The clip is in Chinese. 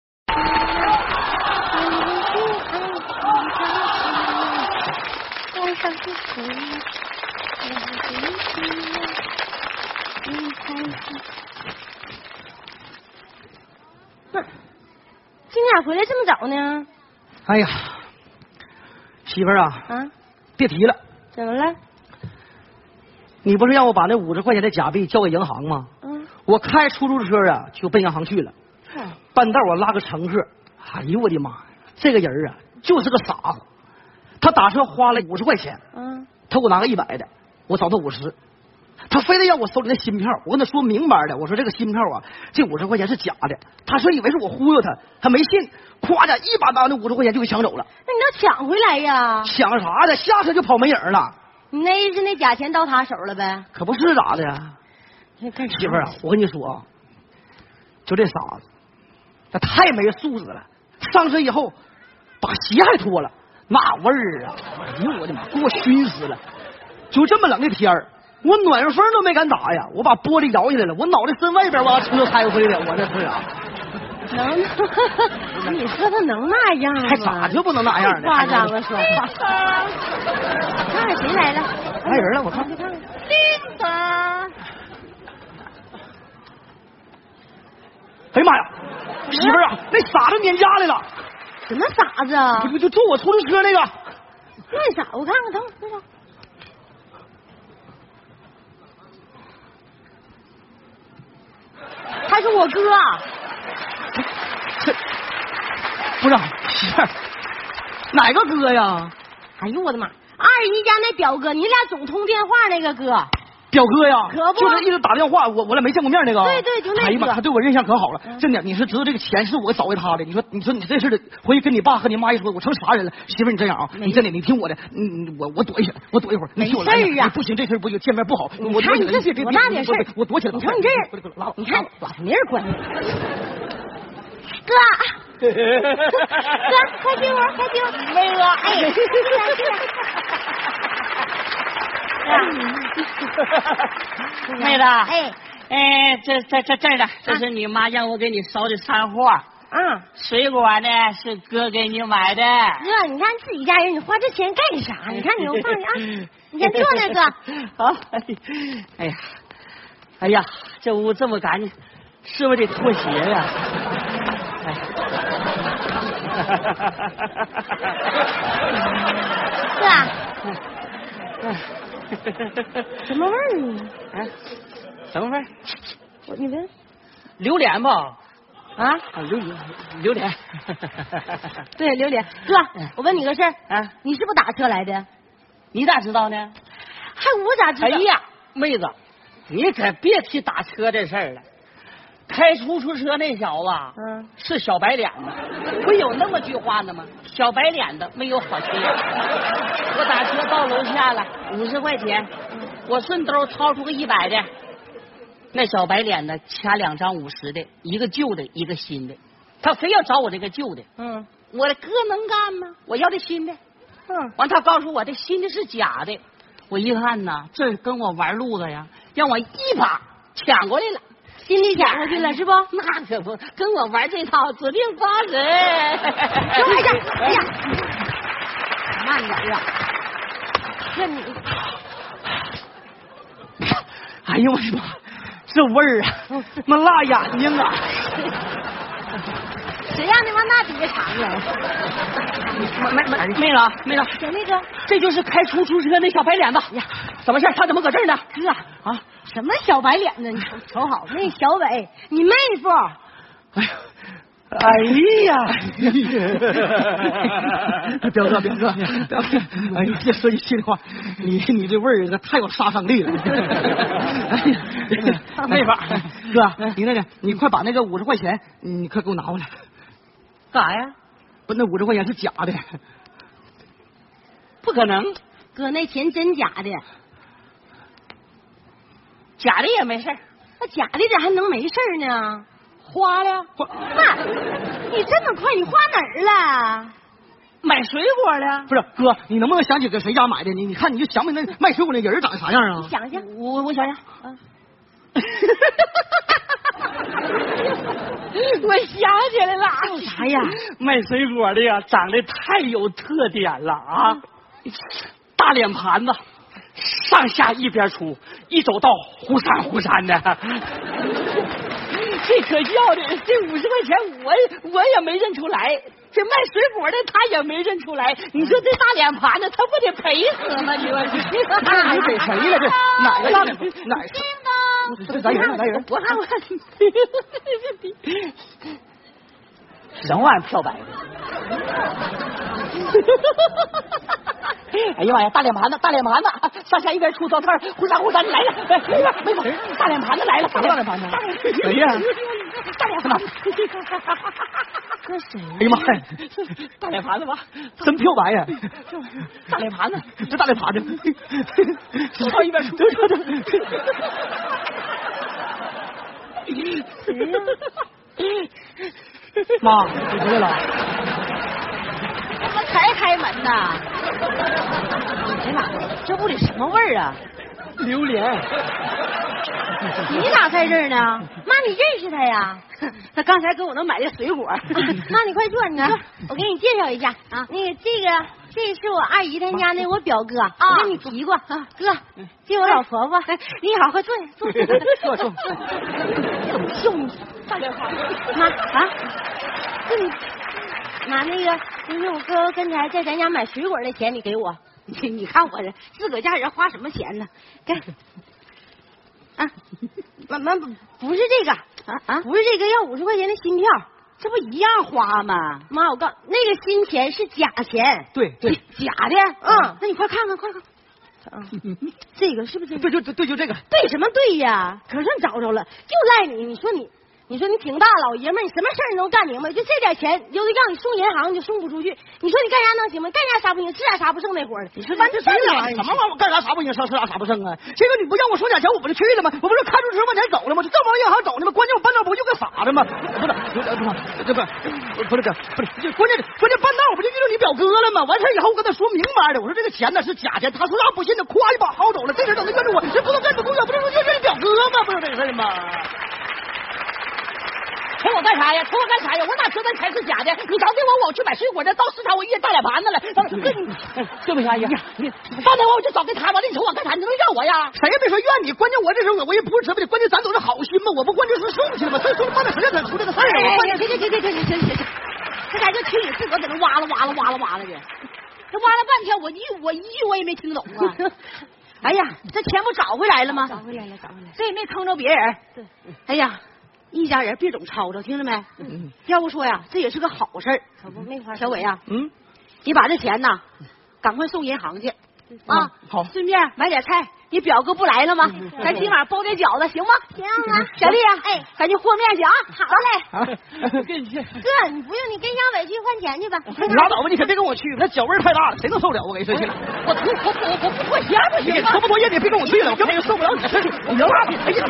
不可以，哎哎我一嗯开始。那今天咋回来这么早呢？哎呀，媳妇儿啊，啊，别提了，怎么了？你不是让我把那五十块钱的假币交给银行吗？嗯，我开出租车啊，就奔银行去了。啊半道我拉个乘客，哎呦我的妈呀，这个人啊就是个傻子。他打车花了五十块钱，嗯，他给我拿个一百的，我找他五十，他非得要我手里的新票。我跟他说明白了，我说这个新票啊，这五十块钱是假的。他说以为是我忽悠他，他没信，夸家一把把那五十块钱就给抢走了。那你倒抢回来呀？抢啥的？下车就跑没影儿了，你那意思那假钱到他手了呗？可不是咋的呀？你干啥媳妇儿啊，我跟你说啊，就这傻子，他太没素质了。上车以后，把鞋还脱了，那味儿啊！哎呦我的妈，给我熏死了！就这么冷的天儿，我暖阳风都没敢打呀，我把玻璃摇下来了，我脑袋伸外边，我车开回来，我这是啊，能， 你说他能那样吗？还咋就不能那样呢？夸张了说话。看看谁来了？来人了我看去看看。林达，哎呀妈呀，媳妇儿啊，那傻子撵家来了，什么傻子啊不？就就坐我出租车那个。那啥，我看看，等会儿那啥。他是我哥，这不是媳妇儿，哪个哥呀？哎呦我的妈！二姨家那表哥，你俩总通电话那个哥，表哥呀，可不啊就是一直打电话，我我俩没见过面那个。对对就那个哎呀妈，他对我印象可好了，嗯真的。你是知道这个钱是我找给他的，你说你说你这事儿得回去跟你爸和你妈一说，我成啥人了？媳妇儿你这样啊，你真的你听我的，你你我我躲一下，我躲一会儿，你听我来没事儿啊哎不行，这事儿不行，见面不好，你我看躲你起这来别多别大点事儿别我躲起来吧。你瞅你这我人我拉倒，你看我没人管你。哥，哥哥，快进屋，快进屋。那个，哎，进来进来。 妹子，哎，哎，这这这这儿呢，啊这是你妈让我给你捎的山货，啊，水果呢是哥给你买的。哥，你看自己家人，你花这钱干啥？你看你我放 你啊，你先坐那哥。 好，哎呀，哎呀，这屋这么干净，是不是得脱鞋呀、 哎哥，什么味儿呢？哎，什么味儿？我你闻榴莲吧？ 啊？啊，榴莲，榴莲。对，榴莲。哥，我问你个事儿，啊，你是不是打车来的？你咋知道呢？还我咋知道？哎，呀，妹子，你可别提打车这事儿了。开出租车那小子啊嗯，是小白脸吗？不有那么句话呢吗？小白脸的没有好心眼。我打车到楼下了，五十块钱，我顺兜掏出个一百的。那小白脸呢，掐两张五十的，一个旧的，一个新的。他非要找我这个旧的，嗯我的哥能干吗？我要这新的。嗯，完，他告诉我这新的是假的。我一看呐，这是跟我玩路子呀，让我一把抢过来了。哎心里想过去了是不？那可不，跟我玩这套，指定发神。等等会儿去，哎呀，，慢点 呀！这你哎呦我的妈，这味儿啊，那辣眼睛啊！谁让你往那底下哎藏的？妹妹妹子，妹子，行，那个这就是开出租车那小白脸子。呀，什么事儿他怎么搁这儿呢？哥啊，什么小白脸呢？你瞅瞅好，那小伟，你妹夫，哎呀，表哥表哥表哥，哎呀，这说句心里话，你你这味儿可太有杀伤力了。哎呀，没法哥，你那个，你快把那个五十块钱，你快给我拿回来。干啥呀？不，那五十块钱是假的。不可能，哥那钱真假的？假的也没事儿那假的咋还能没事儿呢？花了，那你这么快，你花哪儿了？买水果了。不是哥，你能不能想起搁谁家买的？你你看你就想不起那卖水果那人长得啥样啊？想啊想，我我想想， 我想起来 了，有啥哎呀？嗯卖水果的呀，长得太有特点了啊！大脸盘子，上下一边出，一走道忽闪忽闪的。这可笑的，这五十块钱我我也没认出来，这卖水果的他也没认出来。你说这大脸盘子，他不得赔死吗？你说那你得赔了，这哪个大脸盘哪叮咚，这这咱人咱人，我看我，整晚漂白的。哎呀妈呀！大脸盘子，大脸盘子，上下一边出糟摊儿，忽闪忽闪来了，哎没法没法，大脸盘子来了，大脸盘子，谁呀？大脸盘子，搁谁呀哎呀妈呀！大脸盘子吧，真漂白呀！大脸盘子，这大脸盘子，上一边出，这这妈，你回来了？怎么才开门呢？哎呀妈，这屋里什么味儿啊？榴莲。 你咋在这儿呢？妈，你认识他呀？ 他刚才给我那买的水果。 妈，你快坐，你 坐，我给你介绍一下啊，那个这个这是我二姨他家那我表哥，啊嗯哎我跟你提过，啊、哥，这我老婆婆，你好，快坐下，坐下，坐坐怎么笑呢？大脸盘子。妈啊，这你妈那个，就是我哥刚才在咱家买水果的钱，你给我，你你看我这自个儿家人花什么钱呢？给啊，妈妈不不是这个啊啊，不是这个，要五十块钱的心票。这不一样花吗？妈，我告那个新钱是假钱，对对，假的。嗯，那你快看看，快看。嗯，这个是不是？对就对就这个，对什么对呀？可算找着了，就赖你。你说你，你说你挺大老爷们儿，你什么事儿你都干明白，就这点钱，有的让你送银行你就送不出去。你说你干啥能行吗？干啥啥不行，吃啥啥不剩那伙儿的。你说完这蛋了，什么玩意儿？干啥啥不行，吃啥啥不剩啊？这个你不让我说点钱，我不就去了吗？我不是看出十块钱走了吗？这正往银行走呢吗？关键我半道不就给傻了吗？不是，不是，这不不是这不是，这关键关键半道我不就遇到你表哥了吗？完事以后我跟他说明白了，我说这个钱呢是假钱，他说啥不信的，夸一把薅走了。这事怎么怨着我？这不能怨着姑娘，不能怨着你表哥吗？不是这事儿吗？瞅我干啥呀？瞅我干啥呀？我哪知道那钱是假的？你早给我，我去买水果去。到市场我一人大脸盘子了。到跟你对不起，阿姨，刚才我就找给他，完了你瞅我干啥？你能怨我呀？谁也没说怨你，关键我这时候我也不是责备你，关键咱都是好心嘛，我不关键是送去了吗？所以说办点实际才出这个事儿啊，我关键行行行行行行行行，这家就听你自个儿在那哇啦哇啦哇啦哇啦的，这哇啦半天，我一我一句我也没听懂啊。哎呀，这钱不找回来了吗？找回来了，找回来了。这也没坑着别人。对，哎呀，一家人别总吵吵，听着没？嗯要不说呀，这也是个好事儿。可不没法。小伟，呀，嗯你把这钱呐，赶快送银行去嗯啊！好顺便买点菜。你表哥不来了吗？咱今晚包点饺子行吗？嗯行啊，小丽呀，哎，赶紧和面去啊！好嘞，啊，跟你去。哥，你不用，你跟小伟去换钱去吧。你拉倒吧，你可别跟我去，那脚味儿太大了，谁能受了？我跟你说，现在我我我我不妥协不你行吗？脱不脱业，你别跟我去了，我根本就受不了你的事情。你能拉倒？哎呀，